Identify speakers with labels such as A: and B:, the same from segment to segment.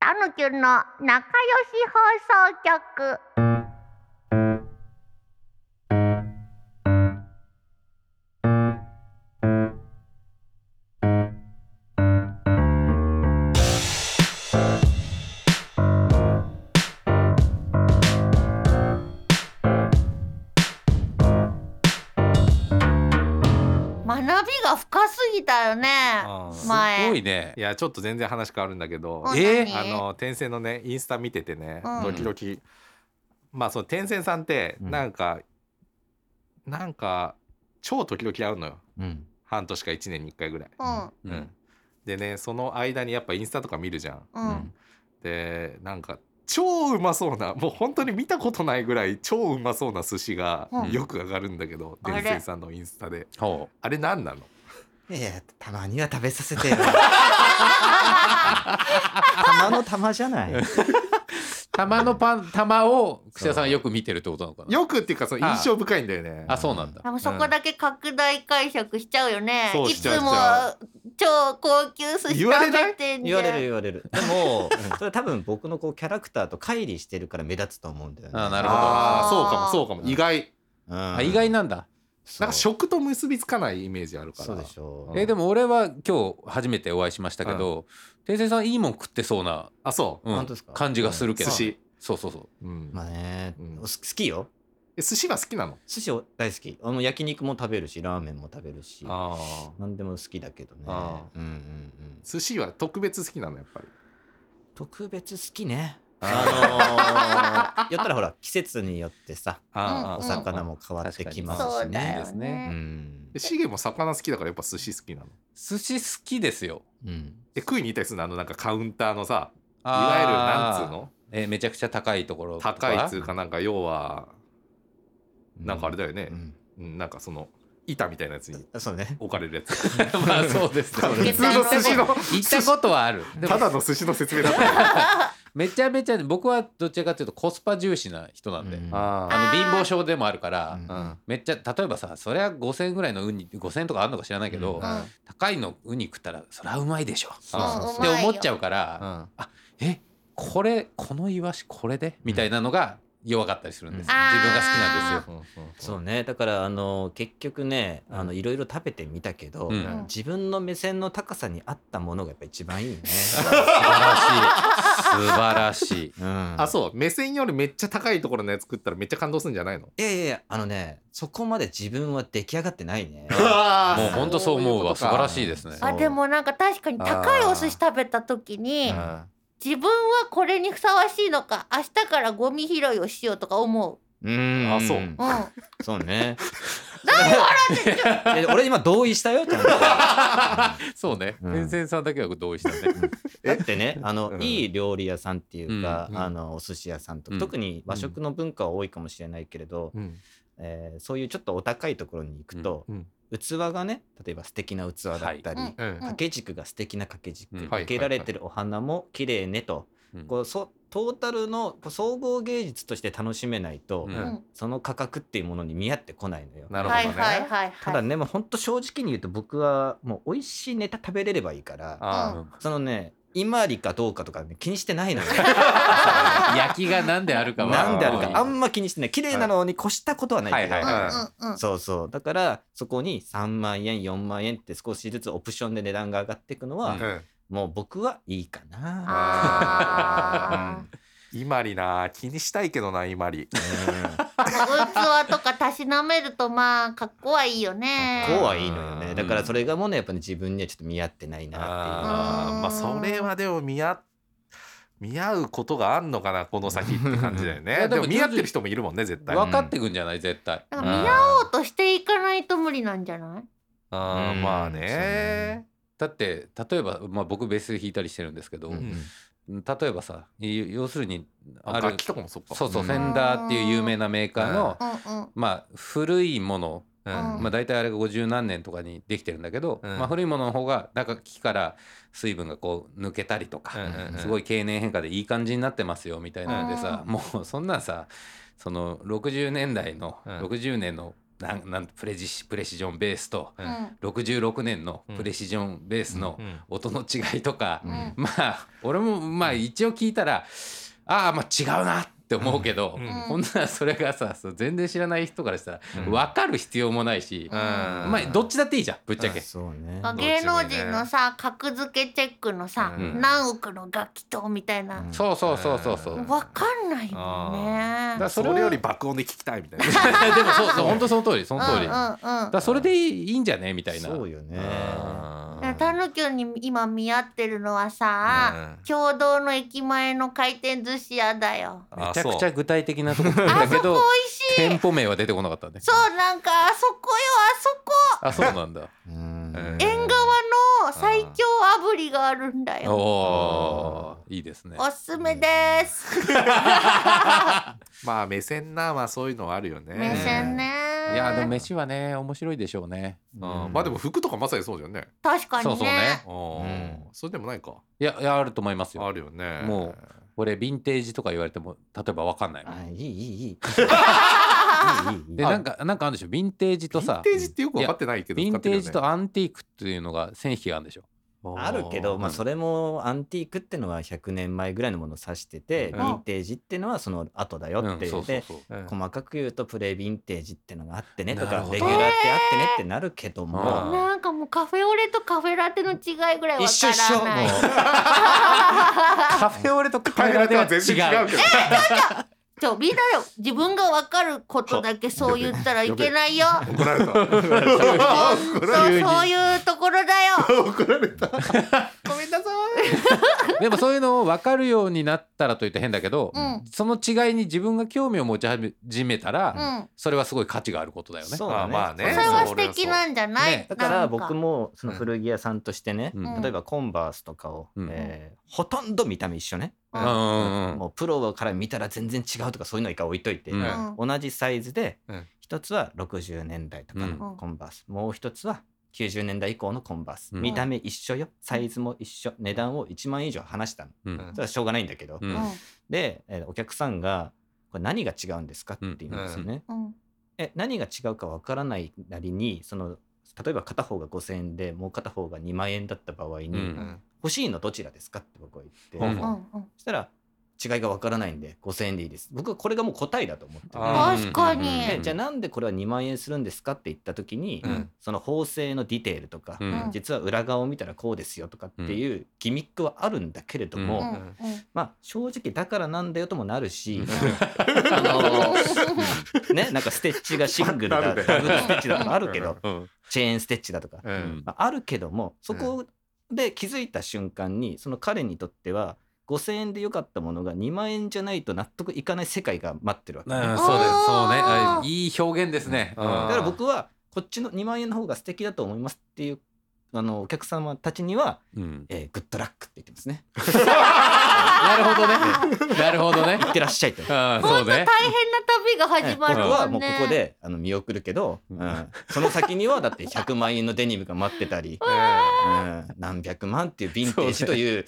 A: タヌキュンの仲良し放送局学びが深すぎたよね
B: うんす
A: 前
B: ごいねいやちょっと全然話変わるんだけど
A: うん
B: え
A: 何
B: あの天線のねインスタ見ててね
A: うん
B: 時々、まあその天線さんって
C: うん
B: なんか、なんか超時々会うのよ
C: うん
B: 半年か1年に1回ぐらい、
A: うん
C: うん
B: うんでねその間にやっぱインスタとか見るじゃん
A: う
C: うんん
B: でなんか超うまそうなもう本当に見たことないぐらい超うまそうな寿司が
A: うん
B: よく上がるんだけど、
A: あれ
B: 天線さんのインスタで
C: ほ
B: あれ何なの
C: ういやたまには食べさせて よ玉の玉じゃない
D: 玉のパン玉を櫛田さんがよく見てるってことなのかな
B: よくっていうかその印象深いんだよね
D: あそうなんだ
A: でもそこだけ拡大解釈しちゃうよね、
B: そう
A: い
B: し
A: つ
B: ちゃう
A: も超高級寿司
B: 言われない
A: 食べてんじ
C: 言
A: ゃん
C: われる言われるでもそれ多分僕のこうキャラクターと乖離してるから目立つと思うんだよね
D: あなるほど
B: あ
A: あー
B: あーそうかもそうかも意外
C: うん
D: あ意外なんだ
B: なんか食と結びつかないイメージあるから
C: そうでしょ
B: うん
D: えでも俺は今日初めてお会いしましたけど天星さんいいもん食ってそうな
B: あそう
D: うん
C: 本当ですか
D: 感じがするけ
B: 寿
D: ど
B: 司、
D: そうそうそう
B: うん
C: まあね
B: うん
C: お好き好きよ
B: え寿司は好きなの
C: 寿司を大好きあの焼肉も食べるしラーメンも食べるし
B: あ
C: 何でも好きだけどね
B: あ
C: うんうんうん
B: 寿司は特別好きなのやっぱり
C: 特別好きね
B: あ
C: あのーやったらほら季節によってさ
A: あー
C: お魚も変わってきま
A: そ
C: す
A: う
C: し
A: だ
C: ね
A: よ
D: です
A: ね
C: う
D: ね
C: ん
B: でシゲも魚好きだからやっぱ寿司好きなの
D: 寿司好きですよ
C: うん
B: で食いに行ったりするのあのなんかカウンターのさい
D: あー
B: わゆるなんつうの
D: えめちゃくちゃ高いところとか
B: 高いっつうかなんか要はなんかあれだよね
C: う、ん
B: うん、なんかその板みたいなやつに
C: そうね
B: 置かれるや つ
D: まあそうです
B: 普
D: ね
B: 通の寿司の
D: 行ったことはあるでも
B: ただの寿司の説明だった
D: めちゃめちゃ僕はどちらかというとコスパ重視な人なんで、
C: うん
B: あ
D: あの貧乏症でもあるから、
C: うん
B: ーうん
D: めっちゃ例えばさそれは5,000円ぐらいのウニ5,000円とかあるのか知らないけど、
C: う
A: うん
D: 高いのウニ食ったらそれはうまいでしょ
B: そうそう
D: って思っちゃうから、
B: うん
D: えこれこのイワシこれでみたいなのが弱かったりするんです、
A: うん
D: 自分が好きなんですよ。
B: うんうん
C: そうねだからあの結局ね
B: うん
C: あのいろいろ食べてみたけど、
D: うん
C: 自分の目線の高さに合ったものがやっぱ一番 いいね、
D: 素晴らしい素晴らしい
C: うん、
B: あそう目線よりめっちゃ高いところのやつ作ったらめっちゃ感動するんじゃないの
C: いやいやいやあのねそこまで自分は出来上がってないね
B: あ
D: もう本当そう思うわ素晴ら
B: い
D: しいですね
C: そう
A: あでもなんか確かに高いお寿司食べた時に
C: あー
A: 自分はこれにふさわしいのか明日からゴミ拾いをしようとか思
C: うん
B: あそう
A: う、うん、
C: そうね
A: 何笑
C: え俺今同意したよ ちゃんと
D: そうね
C: うん
D: 天然さんだけは同意したね
C: だってねあの、
B: うん
C: いい料理屋さんっていうか、
B: うん
C: あのお寿司屋さんとか、
D: うん
C: 特に和食の文化は多いかもしれないけれど、
B: うん
C: えーそういうちょっとお高いところに行くと、
B: うん
C: 器がね例えば素敵な器だったり、
D: は
A: うん
B: うん
C: 掛け軸が素敵な掛け軸、
D: うんはい
C: 掛けられてるお花も綺麗ねと、
D: うん
C: こうそトータルのこう総合芸術として楽しめないと、
D: う
A: う
D: ん
A: ん
C: その価格っていうものに見合ってこないのよ。
B: なるほ
A: はい
B: ど
A: はい
B: ね、
A: はいはい
C: ただね、もう本当正直に言うと僕はもう美味しいネタ食べれればいいから
B: あ
C: そのね伊万里かどうかとか、ね、気にして ないのよ
D: 焼きが何であるかは
C: なんである
B: う
C: か
B: ん
C: あんま気にしてない綺麗なのに越したことはないけど、
D: はいはい
A: うんうんうん
C: そうそうだからそこに3万円4万円って少しずつオプションで値段が上がっていくのは、
B: ーうん
C: もう僕はいいかな。
A: あー
B: 伊万里な気にしたいけどな伊万里
A: 器とかたしなめるとまあ格好はいいよね。
C: こうはいいのよ
B: う
C: ね。
B: ん
C: だからそれがもうねやっぱり自分にはちょっと見合ってないなっ
B: あ
A: う
B: ー
A: ん
B: まあそれはでも見合見合うことがあんのかなこの先って感じだよ
D: い
B: ね
D: や
B: で
D: で
B: も
D: も
B: 見合ってる人もいるもんね絶対
D: 分かってくんじゃない絶対
A: なんか見合おうとしていかないと無理なんじゃない？
B: あー
C: うん
B: まあ
C: そう
B: ね
C: ね
D: だって例えば、まあ、僕ベース弾いたりしてるんですけど、
C: ていう。うん
D: 例えばさい要するにある
B: 楽器とかもそっか
D: そうそう、
C: うん
D: フェンダーっていう有名なメーカーの、
A: うんうん。
D: まあ、古いもの、
B: うん
A: うん
D: まあ、大体あれが50何年とかにできてるんだけど、
B: うん
D: まあ、古いものの方が中木から水分がこう抜けたりとか、
B: うんうんうん
D: すごい経年変化でいい感じになってますよみたいなのでさ、もうそんなんさその60年代の、
B: うん
D: 60年のなんなんプレジシプレシジョンベースと
B: う
A: うんん
D: 66年のプレシジョンベースの
B: うん
D: 音の違いとか、
A: うんうん
D: まあ俺もまあ一応聞いたらああまあ違うなって思うけど、
B: うん
D: ほんならそれがさそう全然知らない人からしたら
B: うん
D: 分かる必要もないし、
A: うん
D: まあどっちだっていいじゃんぶっちゃ
C: だ
D: け。
C: そうね
A: まあ
B: どっちも
A: 芸
B: いいね
A: 能人のさ格付けチェックのさ、
D: うん
A: 何億の楽器とみたいな、
C: ん
D: そうそうそうそうそう。
B: う
D: で
B: ん
A: わかんないもんね
D: だから
B: それより爆音で聞きたいみたいな
D: もそうそう本当その通りその通り。だか
A: うんうんうん
D: らそれでいいんじゃねみたいな。
C: そうよね
A: だからタヌキュンに今見合ってるのはさ、共同の駅前の回転寿司屋だよ。
D: めちゃくちゃ具体的なところ
A: あ
D: だ
A: そこ
D: け
A: 美
D: ど
A: 味し
D: 店
A: い。
D: 舗名は出てこなかったね。
A: そうなんかあそこよあそこ
D: あそうなんだ。
C: うん
A: 縁側の最強炙りがあるんだ
D: お
A: よ。
D: おいいですね。
A: おすすめです。
B: まあ目線なまあそういうのはあるよね
A: 目線ね。
D: いやでも飯はね面白いでしょうね。
B: うんまあでも服とかまさにそうじゃんね
A: 確かにね。
D: そうそうね
B: うんそうでもないか
D: いやいやあると思いますよ。
B: あるよね
D: もこれヴィンテージとか言われても例えばわかんないもん。
C: あいいい いいいいいいいいい
D: でなんかなんかあるでしょヴィンテージと
B: ヴィ
D: さ
B: ンテージってよく分かってないけど
D: ヴィンテージと
B: あ
D: アンティークっていうのが線引きがあるんでしょ。
C: あるけど、まあ、それもアンティークってのは100年前ぐらいのものを指してて、
B: うん
C: ヴィンテージってのはその後だよ
D: う
C: っ
D: ん
C: ていう
D: そ
C: の
D: うそう
C: で、
D: そう。
B: うん
C: 細かく言うとプレヴィンテージってのがあってねと
D: なる
C: か
D: ほど
C: レギュラーってあってねってなるけども、
D: う ん
A: なんかもうカフェオレとカフェラテの違いぐらいわ
C: 一緒一
A: か
C: 緒
A: らない。
C: もう
D: カフェオレとカ
B: カ
D: フ
B: フ
D: ェ
B: ェ
D: ラ
B: ラ
D: テ
B: テは
D: は
B: 全
D: 違う。
B: 然違うけど
A: ちょみんなよ自分がわかることだけそう言ったらいけないよ。
B: 怒られた
A: そうそうそういうところだよ。
B: 怒られたごめんなさ
D: でもそういうのを分かるようになったらといって変だけど、
A: うん
D: その違いに自分が興味を持ち始めたら、
A: うん。
D: それはすごい価値があることだよね。
C: そう
B: あ
C: だね
B: まあね
A: それ
C: う
A: は素敵なんじゃない？
D: ね
C: だから僕
A: も
C: もその古着屋さんとしてね、
D: うん
C: 例えばコンバースとかを、
D: うん
C: えーほとんど見た目一緒ね、
D: う
A: うんん
D: うんうん
C: もうプロから見たら全然違うとかそういうの一回置いといて、
D: うん
C: 同じサイズで、
B: うん
C: 一つは60年代とか
A: う
C: の
A: ん
C: コンバース、もう一つは90年代以降のコンバース、
D: うん
C: 見た目一緒よサイズも一緒値段を1万円以上離したの
D: うん
C: それはしょうがないんだけど、
D: うん
A: うん
C: で、えーお客さんが「これ何が違うんですか?」って言うんですよね。
A: うん
C: え何が違うかわからないなりにその例えば片方が5,000円でもう片方が2万円だった場合に「
D: うん
B: い
C: 欲しいのどちらですか?」って僕は言って、
D: うん
A: うんうん。
C: そしたら「違いがわからないんで5,000円でいいです」僕はこれがもう答えだと思ってる
B: あ
A: 確かに
C: でじゃあなんでこれは2万円するんですかって言った時に、
B: うん
C: その縫製のディテールとか、
D: うん
C: 実は裏側を見たらこうですよとかっていうギミックはあるんだけれども、
A: うん
B: ん
A: うん
C: まあ正直だからなんだよともなるし、
D: うん
C: あの ね、なんかステッチがシングル だ、
B: な
C: ダ
B: る
C: ブ
B: ね
C: ルステッチだとかあるけど、
D: うん
C: チェーンステッチだとか、
B: うんうん
C: まあ、あるけども、そこで気づいた瞬間に、その彼にとっては、5000円で良かったものが2万円じゃないと納得いかない世界が待ってるわけ。だ
D: うん
C: か
D: そうですそうね
A: あー
D: あいい表現ですね、
B: うん
D: うん
B: だ
C: ら僕は、こっちの2万円の方が素敵だと思いますっていう、あの、お客様たちには、
D: うん
C: えーグッドラックって言ってますね。
D: なるほ どねなるほどね
C: いってらっしゃいと。
D: あー
A: ほ
D: そ
A: ん
D: う
A: と大変
D: ね
A: な旅が始ま
C: 僕
A: る
C: は
A: も
C: も
A: ん
C: うこ
A: ね。
C: こであの見送るけど、
D: う
C: うんん、その先にはだって100万円のデニムが待ってたり、うん、何百万っていうヴィンテージという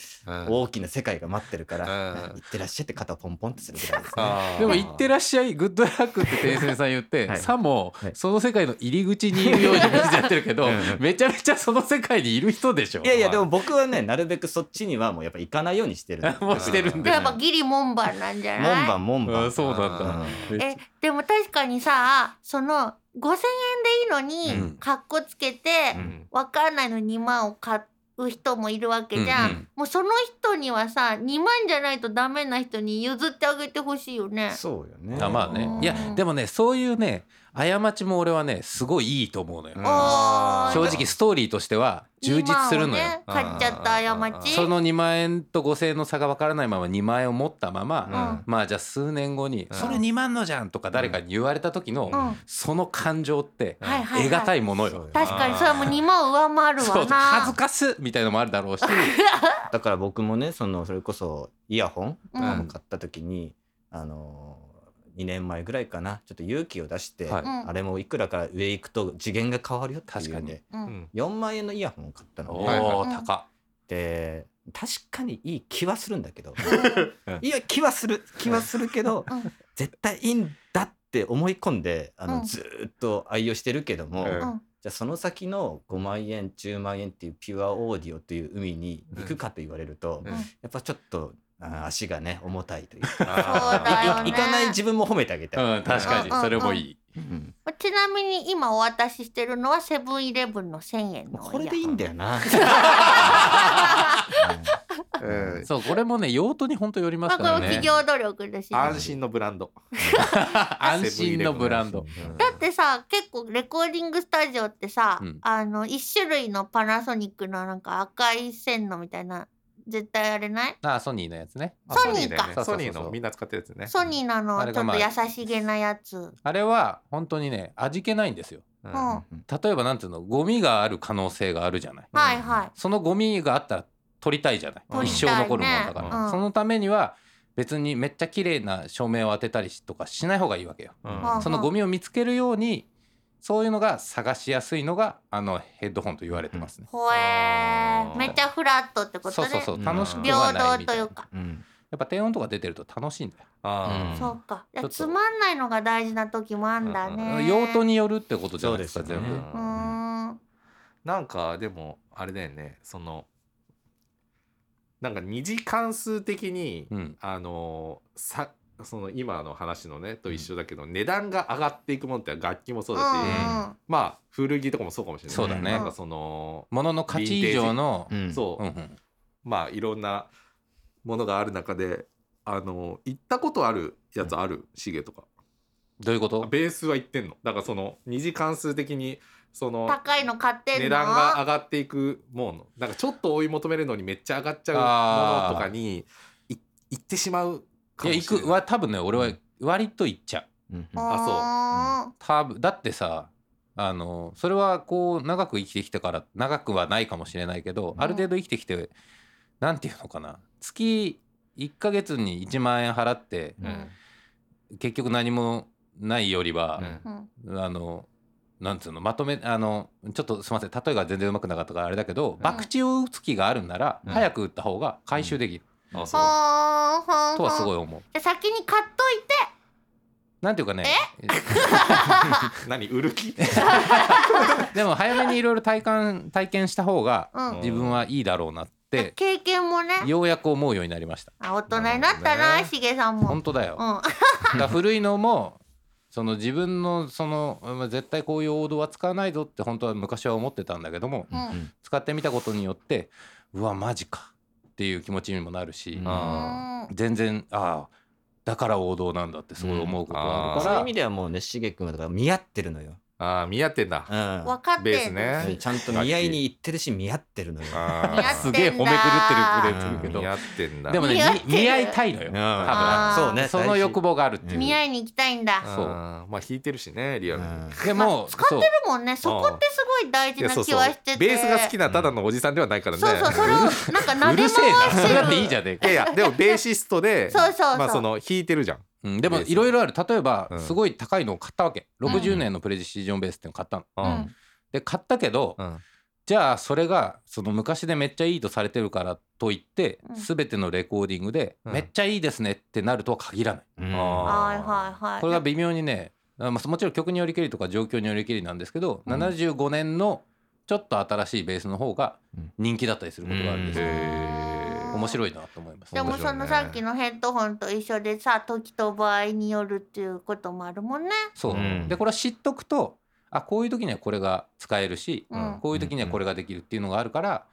C: 大きな世界が待ってるか
B: う
C: ら、
B: ん
C: 行ってらっしゃいって肩をポンポンってするぐ らいですね。
B: あー
D: でも「いってらっしゃいグッドラック」って天仙さん言って、
C: はい
D: さも
C: はい
D: その世界の入り口にいるように見せちゃってるけど
B: うんうん
D: めちゃめちゃその世界にいる人でしょ
C: いやいやでも僕はねなるべくそっちにはもうやっぱ行かないよ うにしてるんで
D: もうしてる
A: で
D: んで
A: もやっぱギリ門番なんじゃない？
C: 門番門
D: う
C: 番
D: ん、そうなんだ
C: う
A: えでも確かにさその5,000円でいいの
D: う
A: に
D: ん
A: かっこつけて
B: う
C: うん
A: わかんないの2万を買う人もいるわけじゃん、
D: うんうん
A: もうその人にはさ2万じゃないとダメな人に譲ってあげてほしいよね。
C: そうよね
D: あまあね
A: うん
D: いやでもねそういうね過ちも俺はねすごいいいと思うのよ、
C: うん
A: あー
D: 正直ストーリーとしては充実するのよ、
A: 2万をね、買っちゃった過ち
D: その2万円と5,000円の差が分からないまま2万円を持ったまま、まあじゃあ数年後に「
B: うん
D: それ2万のじゃん!」とか誰かに言われた時の、
A: うん、はい
D: その感情って
A: はいはい、
D: 得難いものよ。
C: そうよ
A: 確かにそれはもう2万上回る
D: そう
A: わな
D: 恥ずかしいみたいのもあるだろうし、
C: だから僕もねそのそれこそイヤホン
A: うん
C: あの買った時に、あの2年前ぐらいかなちょっと勇気を出して、
D: はい
A: うん
C: あれもいくらから上行くと次元が変わるよってい
D: 確
C: う
D: か
C: ん
D: に
C: で
A: う
B: うんん
C: 4万円のイヤホンを買った
D: お
C: の
D: お
C: ね
D: ー、
A: うん
D: 高
C: で確かにいい気はするんだけど
A: うん
C: いや気はする気はするけど
A: うん
C: 絶対いいんだってって思い込んであの、
A: うん
C: ずーっと愛用してるけども、
B: うん
C: じ
A: う
C: ゃ
A: ん
C: あその先の5万円10万円っていうピュアオーディオという海に行くかと言われると、
B: うん
C: やっぱちょっとあー足がね重たいというか
A: そうだよね
C: 行かない自分も褒めてあげたい。
D: うん、確かにそれもいい。
C: うん
A: ちなみに今お渡ししてるのはセブンイレブンの1000円の
C: もうこれでいい んだよな。
B: うん
D: そうこれもね用途に本当よりま
A: まあ
D: す
A: こ
D: から
A: れも
D: ね
A: 企。業努力ですし、ね、
B: 安心のブランド。
D: 安心のブランド。
A: だってさ結構レコーディングスタジオってさ、
D: うん
A: あの一種類のパナソニックのなんか赤い線のみたいな絶対あれない
D: あソニーのやつね。
B: あ
A: ソニーか
B: だよねソニー
D: そうそうそ
B: の
D: う
B: みんな使ってるやつね。
A: ソニーなの
D: あ
A: ちょ
D: れ
A: っ
D: がま
A: と
D: あ
A: 優しげなやつ、
D: あれは本当にね味気ないんですよ。
B: う
A: うん
B: ん。
D: 例えばなんていうのゴミがある可能性があるじゃない。
A: はいはい
D: そのゴミがあったら取りたいじゃない。
B: 取りたい
D: 一
B: ね
D: 生残るものだから、
A: うん
D: そのためには別にめっちゃ綺麗な照明を当てたりとかしない方がいいわけよ。
A: うん
D: そのゴミを見つけるようにそういうのが探しやすいのがあのヘッドホンと言われてますね。
A: ほえーめっちゃフラットってこと
D: そう
A: ね
D: そうそう
C: うん
D: 楽しく
A: 平
D: はない
A: 等
D: み
A: と
D: たい
A: い
D: な。
A: う
D: や
A: か、
C: うん
D: っぱ低音とか出てると楽しいんだよ。
B: あ
C: うん
A: そうかい
D: ちょ
A: や
D: っと
A: つまんないのが大事な時もあんだね、
D: 用途によるってことじゃないですか
C: そうです
D: 全
C: よ
D: 部
C: ね。
A: うー
B: ーうん
A: ん
B: なんかでもあれだよね。そのなんか二次関数的に
D: うん
B: あのーさその今の話のねと一緒だけど値段が上がっていくものって楽器もそうだし、
A: うん
B: まあ古着とかもそうかもしれない。
D: そうだね
B: なんかその
D: 物の価値以上の、
C: うん
B: そう、
D: うんうん
B: まあいろんなものがある中であの行ったことあるやつある、シゲとか
D: どういうこと
B: ベースは行ってんのだからその二次関数的にその
A: 高いの買ってんの
B: 値段が上がっていくものなんかちょっと追い求めるのにめっちゃ上がっちゃうものとかにい行ってしまう
D: い
B: か
D: や
B: も
D: 行
B: しれない
D: くは多分ね俺は
C: うん
D: 割と行っちゃう
C: うん
A: あそう
D: 多分だってさあのそれはこう長く生きてきてから長くはないかもしれないけど、
C: うん
D: ある程度生きてきてなんていうのかな月1ヶ月に1万円払って
C: う
B: うん
D: 結局何もないよりは、
A: うん
D: あのなんつうのまとめあのちょっとすいません例えが全然うまくなかったからあれだけど、
B: ん
D: 博打を打つ気があるんなら、
C: うん
D: 早く打った方が回収できる、
B: あそう
A: はーん
D: とはすご
A: い
D: い思う。
A: 先に買っといて
D: なんていうかね
B: 何売る気
D: でも早めにいろいろ体感体験した方が
A: うん
D: 自分はいいだろうなって
A: 経験もね
D: ようやく思うようになりました。
A: あ大人になった
B: なるほど
A: な
B: ね
A: しげさんも
D: 本当だよ。
A: うん
D: だから古いのもその自分のそのまあ絶対こういう王道は使わないぞって本当は昔は思ってたんだけども
A: うん
C: うん
D: 使ってみたことによってうわマジかっていう気持ちにもなるし
C: うん
B: あ
D: 全然ああだから王道なんだってすごい思うことがある
C: そう
D: か
C: いう
D: ら
C: 意味ではもうねしげ君はだから見合ってるのよ、
B: ーあー見合ってんだ
C: う
A: うん
C: ん
A: 分かってる
B: ベースね
C: うんちゃんと見合いに行ってるし見合ってるのよ、
A: 似合
B: あ
A: って
D: す
A: んだ
D: げえ褒め狂ってるくれてるけ
B: ー
D: ど
B: 見合ってんだ
D: でもね
A: 似合ってる
D: 見見合いたいの
C: う
D: よ多
C: ん
D: 分
A: あー
C: そうね
D: その欲望があるっていう。
A: 見合いに行きたいんだ
B: あ
A: あ
B: ー
D: そう
B: まあ弾いてるしねリアルに、
D: でも
A: 使って
D: そう
A: るもんねそこってすごい大事
B: いや
A: な
B: そう
A: 気
B: そう
A: はしてて
B: ベースが好きなただのおじさんではないからね、
A: そうそうそれをなんかな
D: う
A: で回
D: るせえな
A: してる
D: それだっていいじゃねえ か
B: い、やいやでもベーシストで
A: そうそうそう
B: まあその弾いてるじゃん
D: うん、でも
B: ベース
D: いろいろある例えば
B: うん
D: すごい高いのを買ったわけ、
A: ん
D: 60年のプレジシジョンベースっていうのを買ったの、
A: うん
D: で買ったけど、
B: うん
D: じゃあそれがその昔でめっちゃいいとされてるからといって、
A: うん
D: 全てのレコーディングで
B: うん
D: めっちゃいいですねってなるとは限らない、
C: うん
B: あ
A: はいはいはい
D: これが微妙にねあまあもちろん曲によりけりとか状況によりけりなんですけど、
C: うん
D: 75年のちょっと新しいベースの方が人気だったりすることがあるんですよ、
A: うん
D: 面白いなと思います
A: でもそのさっきのヘッドホンと一緒でさ時と場合によるっていうこともあるもんね
D: そう、
C: うん
D: でこれは知っとくとあこういう時にはこれが使えるし、
A: うん
D: こういう時にはこれができるっていうのがあるから、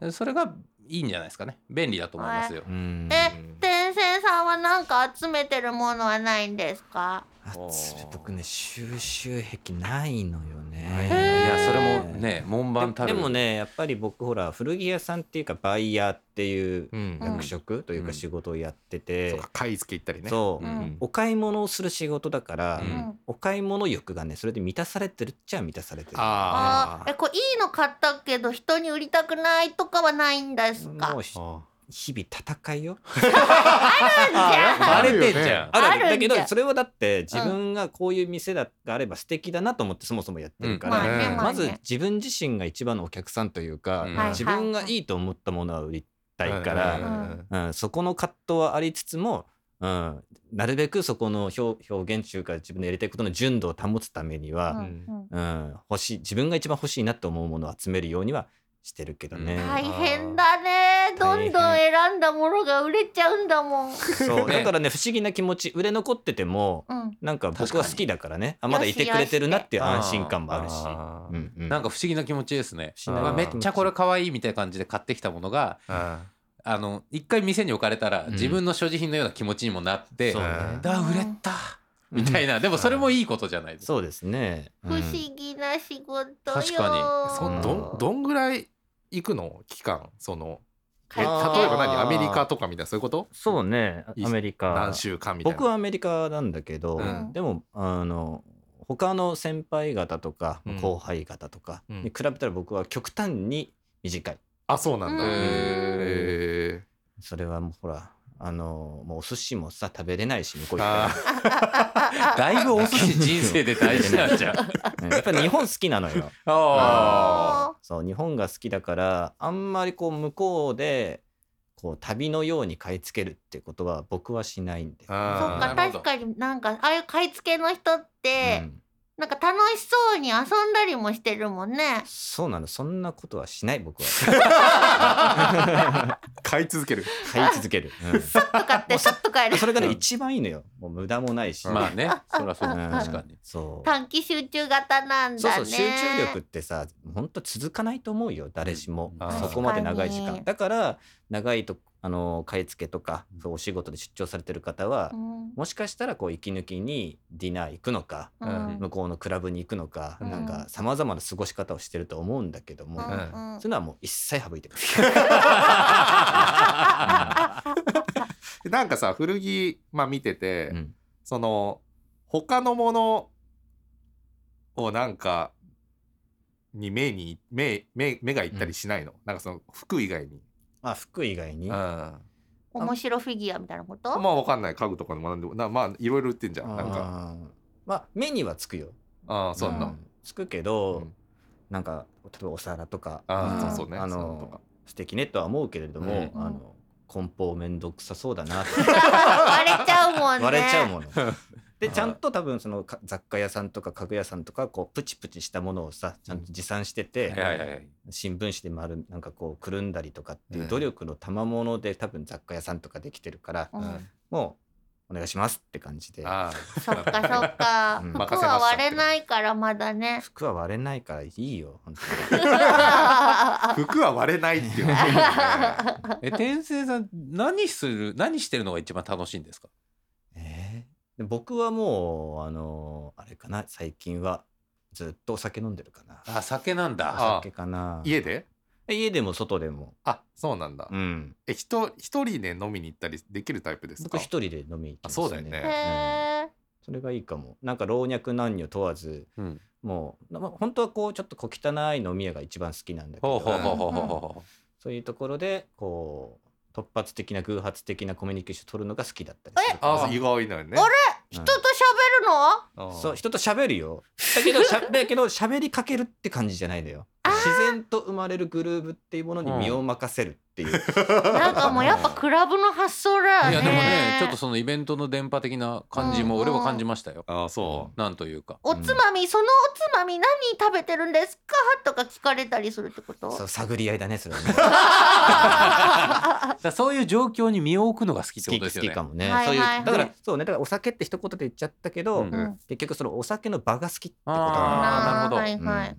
D: えそれがいいんじゃないですかね便利だと思いますよ、
C: うん
A: え天生さんはなんか集めてるものはないんですか
C: あつ僕ね収集癖ないのよね、
A: へー
D: いやそれもね門番た
C: で
D: る
C: でもねやっぱり僕ほら古着屋さんっていうかバイヤーっていう
B: うん
A: うん
C: 役職というか仕事をやってて、
B: そうか買い付け行ったりね
C: そう、
A: うん
B: ん
C: お買い物をする仕事だから、
D: うん
C: お買い物欲がねそれで満たされてるっちゃ満たされてる
A: あ
B: あ
A: ーえこれいいの買ったけど人に売りたくないとかはないんですか
C: もうひ
B: あ
C: 日々戦いよ
A: あ
D: バ
B: る
D: レ
B: よね
D: てんじゃん
A: ある
C: あるだけど
A: あるんじゃ
C: それはだって自分がこういう店だがあれば素敵だなと思ってそもそもやってるか
A: ま
C: ら、
A: あね
B: うん
A: まあ
C: まず
A: ね
C: 自分自身が一番のお客さんというか、
D: うん
A: はい
C: 自分がいいと思ったものは売りたいから、
A: うん
C: うんそこの葛藤はありつつも、ううん、なるべくそこの表表現中から自分のやりたいことの純度を保つために
A: う
C: は、
A: んうん
C: うん欲しい自分が一番欲しいなと思うものを集めるようにはしてるけどね。
A: 大変だねどんどん選んだものが売れちゃうんだもん、う
C: そう
D: ね
C: だ からね不思議な気持ち売れ残ってても
A: ん、
C: なんか
D: 確
C: 僕
D: かに
C: は好きだからねあまだいてくれてるなっていう安心感もあるし。
B: あ
C: うんうん
D: なんか不思議な気持ちですね
C: 不思議
B: な
D: うわめっちゃこれ可愛いみたいな感じで買ってきたものが
B: ー
D: あの一回店に置かれたら
C: うん
D: 自分の所持品のような気持ちにもなって、
C: そう
B: う
C: ね
B: ん
D: だ売れたみたいなでもそれもいいことじゃないですか
C: そうですね。うん
A: 不思議な仕事よ
D: 確かに
B: そ
C: うん
B: どんどんぐらい行くの期間そのえ例え
A: あ
B: ば
A: ー
B: 何アメリカとかみたいなそういうこと
C: そうねアメリカ
B: 何週間みたいな
C: 僕はアメリカなんだけど、
B: うん
C: でもあの他の先輩方とか
B: うん
C: 後輩方とか
B: うん
C: に比べたら僕は極端に短い、
B: あそうなんだ
A: うん
D: へ
B: え
C: それはもうほらあのもうお寿司もさ食べれないし向こう行
B: あ
C: っ
D: ーだいぶお寿司人生で大事なんじゃん
C: た ら、うんやっぱり日本好きなのよ
D: あ
C: そう日本が好きだからあんまりこう向こうでこう旅のように買い付けるってことは僕はしないんで、
A: そっ
B: あ
A: か
D: なるほど
A: 確かになんかああいう買い付けの人っ
C: う
A: て、
C: ん
A: なんか楽しそうに遊んだりもしてるもんね
C: そうなのそんなことはしない僕は
B: ー買い続ける
C: 買い続ける、うん
A: さっと買ってさっと帰る
C: それがね、
D: うん
C: 一番いいのよ。もう無駄もないし。
D: ーまあねそりゃそうだ
C: うん
D: 確かに
C: そう。
A: 短期集中型なんだね
C: そうそう集中力ってさ本当続かないと思うよ誰しも、
D: うん
C: そこまで長い時
A: 確か
C: 間
A: に
C: だから長いとあの買い付けとか、そうお仕事で出張されてる方は、
A: うん
C: もしかしたらこう息抜きにディナー行くのか、
A: う
D: うん
A: ん
C: 向こうのクラブに行くのか、
A: うん
C: なんかさまざまな過ごし方をしてると思うんだけども、
A: うんうん
C: そういうのはもう一切省いてく
B: なんかさ古着、まあ、見てて、
C: れる、うん
B: その他のものをなんかに目に目目目がいったりしないの、なんかその服以外に、
C: まあ服以外
B: う
C: に、
B: ん、ま
A: 面白フィギュアみたいなこと、
B: あわかんない家具とかでもなんでもなまあいろいろ売ってんじゃんなんか
C: あーまあ目にはつくよ
B: ああそうなんだ、
C: んつくけど、
B: うん
C: なんか例えばお皿とか
B: あ
A: ー
C: うん
B: そうそうね
C: あ
B: 皿とか
C: の素敵ねとは思うけれども、
A: うん
C: あの梱包めんどくさそうだなって
A: 割れちゃうもんね
C: 割れちゃう
A: ん
C: もの。 でちゃんと多分そのか雑貨屋さんとか家具屋さんとかこうプチプチしたものをさちゃんと持参してて、
D: はいはいはい
C: 新聞紙で丸なんかこうくるんだりとかっていううん努力の賜物で多分雑貨屋さんとかできてるから、もうお願いしますって感じで
B: あ
A: そっかそっか、
C: うん
A: 服は割れないからまだね
C: 服は割れないからいいよ本当に。
B: あ服は割れないっていうのがいいよ ね
D: え天聖さん何する何してるのが一番楽しいんですか
C: えーで僕はもうあのーあれかな最近はずっとお酒飲んでるかな
D: あ酒なんだ
C: お酒かな
B: 家で
C: 家でも外でも
B: あそうなんだ、
C: うん
B: え人一人で飲みに行ったりできるタイプです
C: 僕
B: か
C: 一人で飲みに行きます
B: あそうだよね
A: へえ
C: それがいいかもなんか老若男女問わず
D: うん
C: もう、まあ、本当はこうちょっと小汚い飲み屋が一番好きなんだけ
D: ほう
C: ど
D: ほうほうほうほうほ
C: そういうところでこう突発的な偶発的なコミュニケーション取るのが好きだったりするから
B: あ意外だよね
A: あれ
C: うん
A: 人と喋るの
C: そう人と喋るよだけどしゃだけど喋りかけるって感じじゃないのよ自然と生まれるグルーブっていうものに身を任せるっていう、
A: なんかもうやっぱクラブの発想だよね
D: ういやでもねちょっとそのイベントの電波的な感じも俺は感じましたよ
B: あそう
D: なんというか
A: おつまみ、そのおつまみ何食べてるんですかとか聞かれたりするってこと
C: そう探り合いだねそれは ね
D: だからそういう状況に身を置くのが好きって
C: 好き
D: こ
C: 好
D: とですよ
C: き
D: ね
C: かもね、
A: はいはいはい
C: そういうだからそうねだからお酒って一言で言っちゃったけど、
D: うん
A: うん
C: 結局そのお酒の場が好きってことな
D: あーなるほど
A: はい
C: んだよ
A: はい。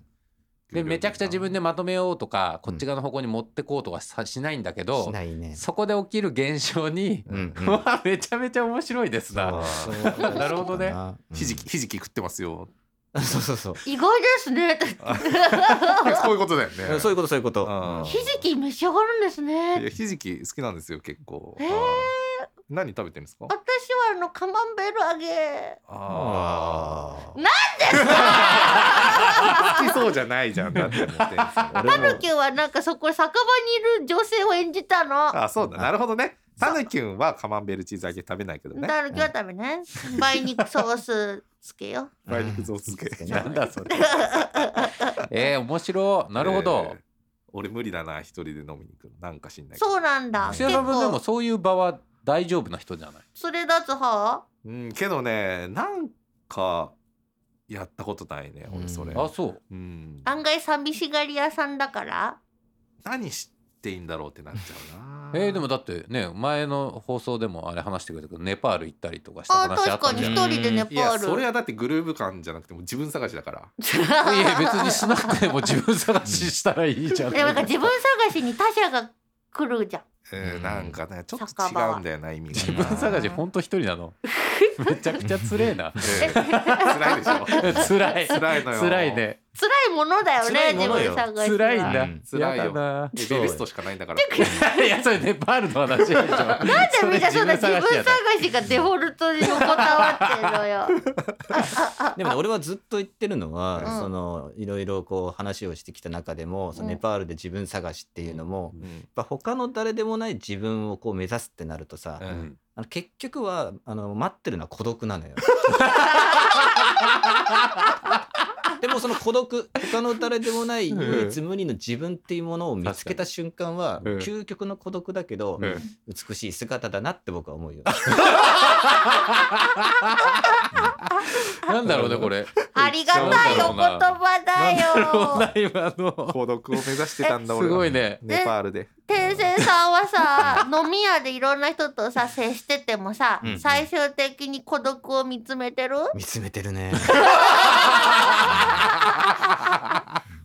D: でめちゃくちゃ自分でまとめようとかこ
C: うん
D: っち側の方向に持ってこうとかさしないんだけ
C: うんし
D: ど
C: ないね
D: そこで起きる現象に
C: うん うん
D: わあめちゃめちゃ面白いですな
C: そうそういうこと
D: なるほどね
C: かなうん
B: ひじきひじき食ってますよ
C: そうそうそう
A: 意外ですね。
B: そういうことだよね
C: そういうことそういうこと、
B: うん
A: ひじき召し上がるんです
B: いや
A: ね。
B: ひじき好きなんですよ結構
A: へー
B: あー何食べてるんですか
A: 私はあのカマンベール揚げ。
C: あー
B: あ好きそうじゃないじゃんだって思ってんすよ
C: 俺
A: タ
C: も
A: ヌキはなんかそこ酒場にいる女性を演じたの。
B: あそうだなるほどねタヌキュンはカマンベールチーズ揚げ食べないけどね
A: タヌキは食べね。梅肉ソースつけよ。
B: 梅肉雑漬け
C: うん
D: なんだそれえー、面白いなるほど、
B: えー 俺無理だな一人で飲みに行くのなんかしんないけど
A: そうなんだ。
D: 串田さんもでもそういう場は大丈夫な人じゃない
A: それだつは
B: うんけどねなんかやったことないね俺それ、
C: う
B: うん
D: あそう
A: 案外寂しがり屋さんだから
B: 何していいんだろうってなっちゃうな
D: えーでもだってね前の放送でもあれ話してくれたけどネパール行ったりとかした
A: あ
D: 話あ
A: 確か
D: った
A: に
D: じゃん
A: 一
D: い
A: 人でネ
B: い
A: パ
B: や
A: ー
B: それ
A: ル
B: はだってグルーヴ感じゃなくてもう自分探しだから
D: や別にしなくても自分探ししたらいいじゃん
A: でもなんか自分探しに他者が来るじゃん
B: えー
D: うん
B: なんかねちょっと
A: 酒
B: 違
A: 場
B: うんだよな意味が
D: 自分探しほんと一人なのめちゃくちゃつれえな
B: えー辛いでし ょ
D: 辛い
B: 辛いのよ
D: 辛いね
A: 辛いものだよね
B: 辛い
A: 自
B: ものよ
A: 分探しは
D: 辛いんだ、
C: うん
B: 辛いよ
D: やだな
B: エベレストしかないんだから
D: いやそれネパールの話でしょなんで
A: なんでみんなそうだ自
D: 自分探しや
A: 分
D: だ
A: 探しがデフォルトに横たわってるのよ
C: でもね俺はずっと言ってるのは、
A: うん
C: そのいろいろこう話をしてきた中でも、その
A: うん
C: ネパールで自分探しっていうのも、やっ
B: うん
C: ぱ他の誰でもない自分をこう目指すってなるとさ、
B: う
D: うん
C: あの結局はあの待ってるのは孤独なのよ。でもその孤独他の誰でもない
D: うん
C: 唯一無二の自分っていうものを見つけた瞬間は
D: 確かにうん
C: 究極の孤独だけど
D: うん
C: 美しい姿だなって僕は思うよ。
D: なんだろうねこれ
A: ありがたいお言葉だよ
D: なんだろうな今の
B: 孤独を目指してたんだ
D: え
B: 俺は
D: すごいね
B: ネパールで
A: 天聖さんはさ飲み屋でいろんな人とさ接しててもさ、
C: うん
A: 最終的に孤独を見つめてる
C: 見つめてるね。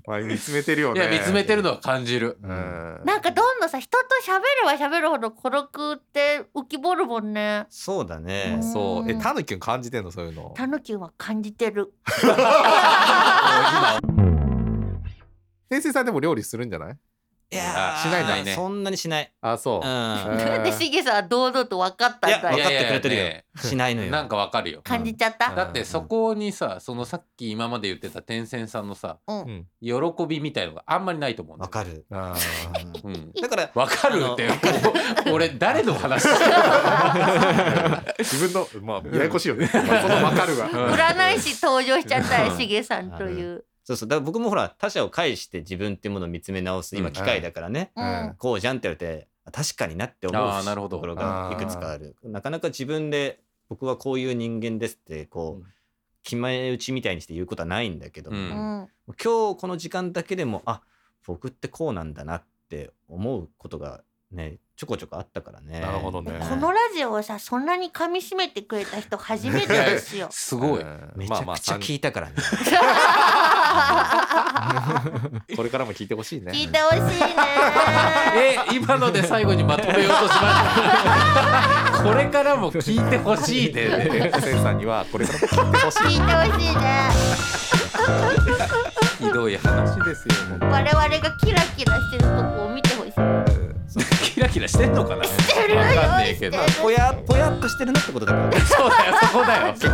B: まあ見つめてるよ
D: い
B: ね
D: や見つめてるのは感じる
B: うん
A: なんかどんどんさ人と喋れば喋るほど孤独って浮き彫るもんね
C: そうだね。
B: そうえ
A: うん
B: たぬきゅん感じてんのそういうの
A: タヌキは感じてる
B: 天聖さんでも料理するんじゃない
C: いやー
D: しないんだね
C: そんなにしない。。
B: あそううんうん
A: なんでしげさんは堂々と分かったんだ
C: い
A: よ
C: やわかってくれてるよ
D: いやいや
C: しないの
D: ね
C: よ。
D: なんかわかるよ
A: 感じちゃった、
D: だってそこにさそのさっき今まで言ってた天線さんのさ
A: うん
B: うん
D: 喜びみたいのがあんまりないと思うんだ
C: わ
D: よ
C: かる。
B: あ
C: うん
D: うん
C: だから
D: わかるってお俺誰の話してる
B: ー 自分のまあややこしいよね まあその分かるわ
D: うん
A: 占い師登場しちゃった
D: う
A: よ
D: ん
A: しげさんという、
C: そうそうだから僕もほら他者を介して自分っていうものを見つめ直す今機会だからね。
A: う
B: うんん
C: こうじゃんって言われてあ確かになって思う
D: あーなるほど
C: ところがいくつかあるなかなか自分で僕はこういう人間ですってこう、
B: うん
C: 決め打ちみたいにして言うことはないんだけど、
D: うん
A: うん
C: 今日この時間だけでもあ僕ってこうなんだなって思うことがねちょこちょこあったからね。
B: なるほどね
A: このラジオをさそんなに噛み締めてくれた人初めてですよ
D: すごい
B: うん
C: めちゃくちゃ聞いたからね。
B: 三これからも聞いてほしい ね
A: 聞いてほしいね
D: え今ので最後にまとめようとしました これからも聞いてほしいで
B: 天聖さんにはこれからも聞いてほし
A: 聞いてほしいね
D: ひどい話
B: いですよ本当に
A: 我々がキラキラしてるとこを見てほしい
D: キラキラしてんのか な
A: てるよ
D: わかんねえけど
A: してる
C: ぽやぽやっとしてるなってことだから。
D: そうだよそこだよ
A: そこ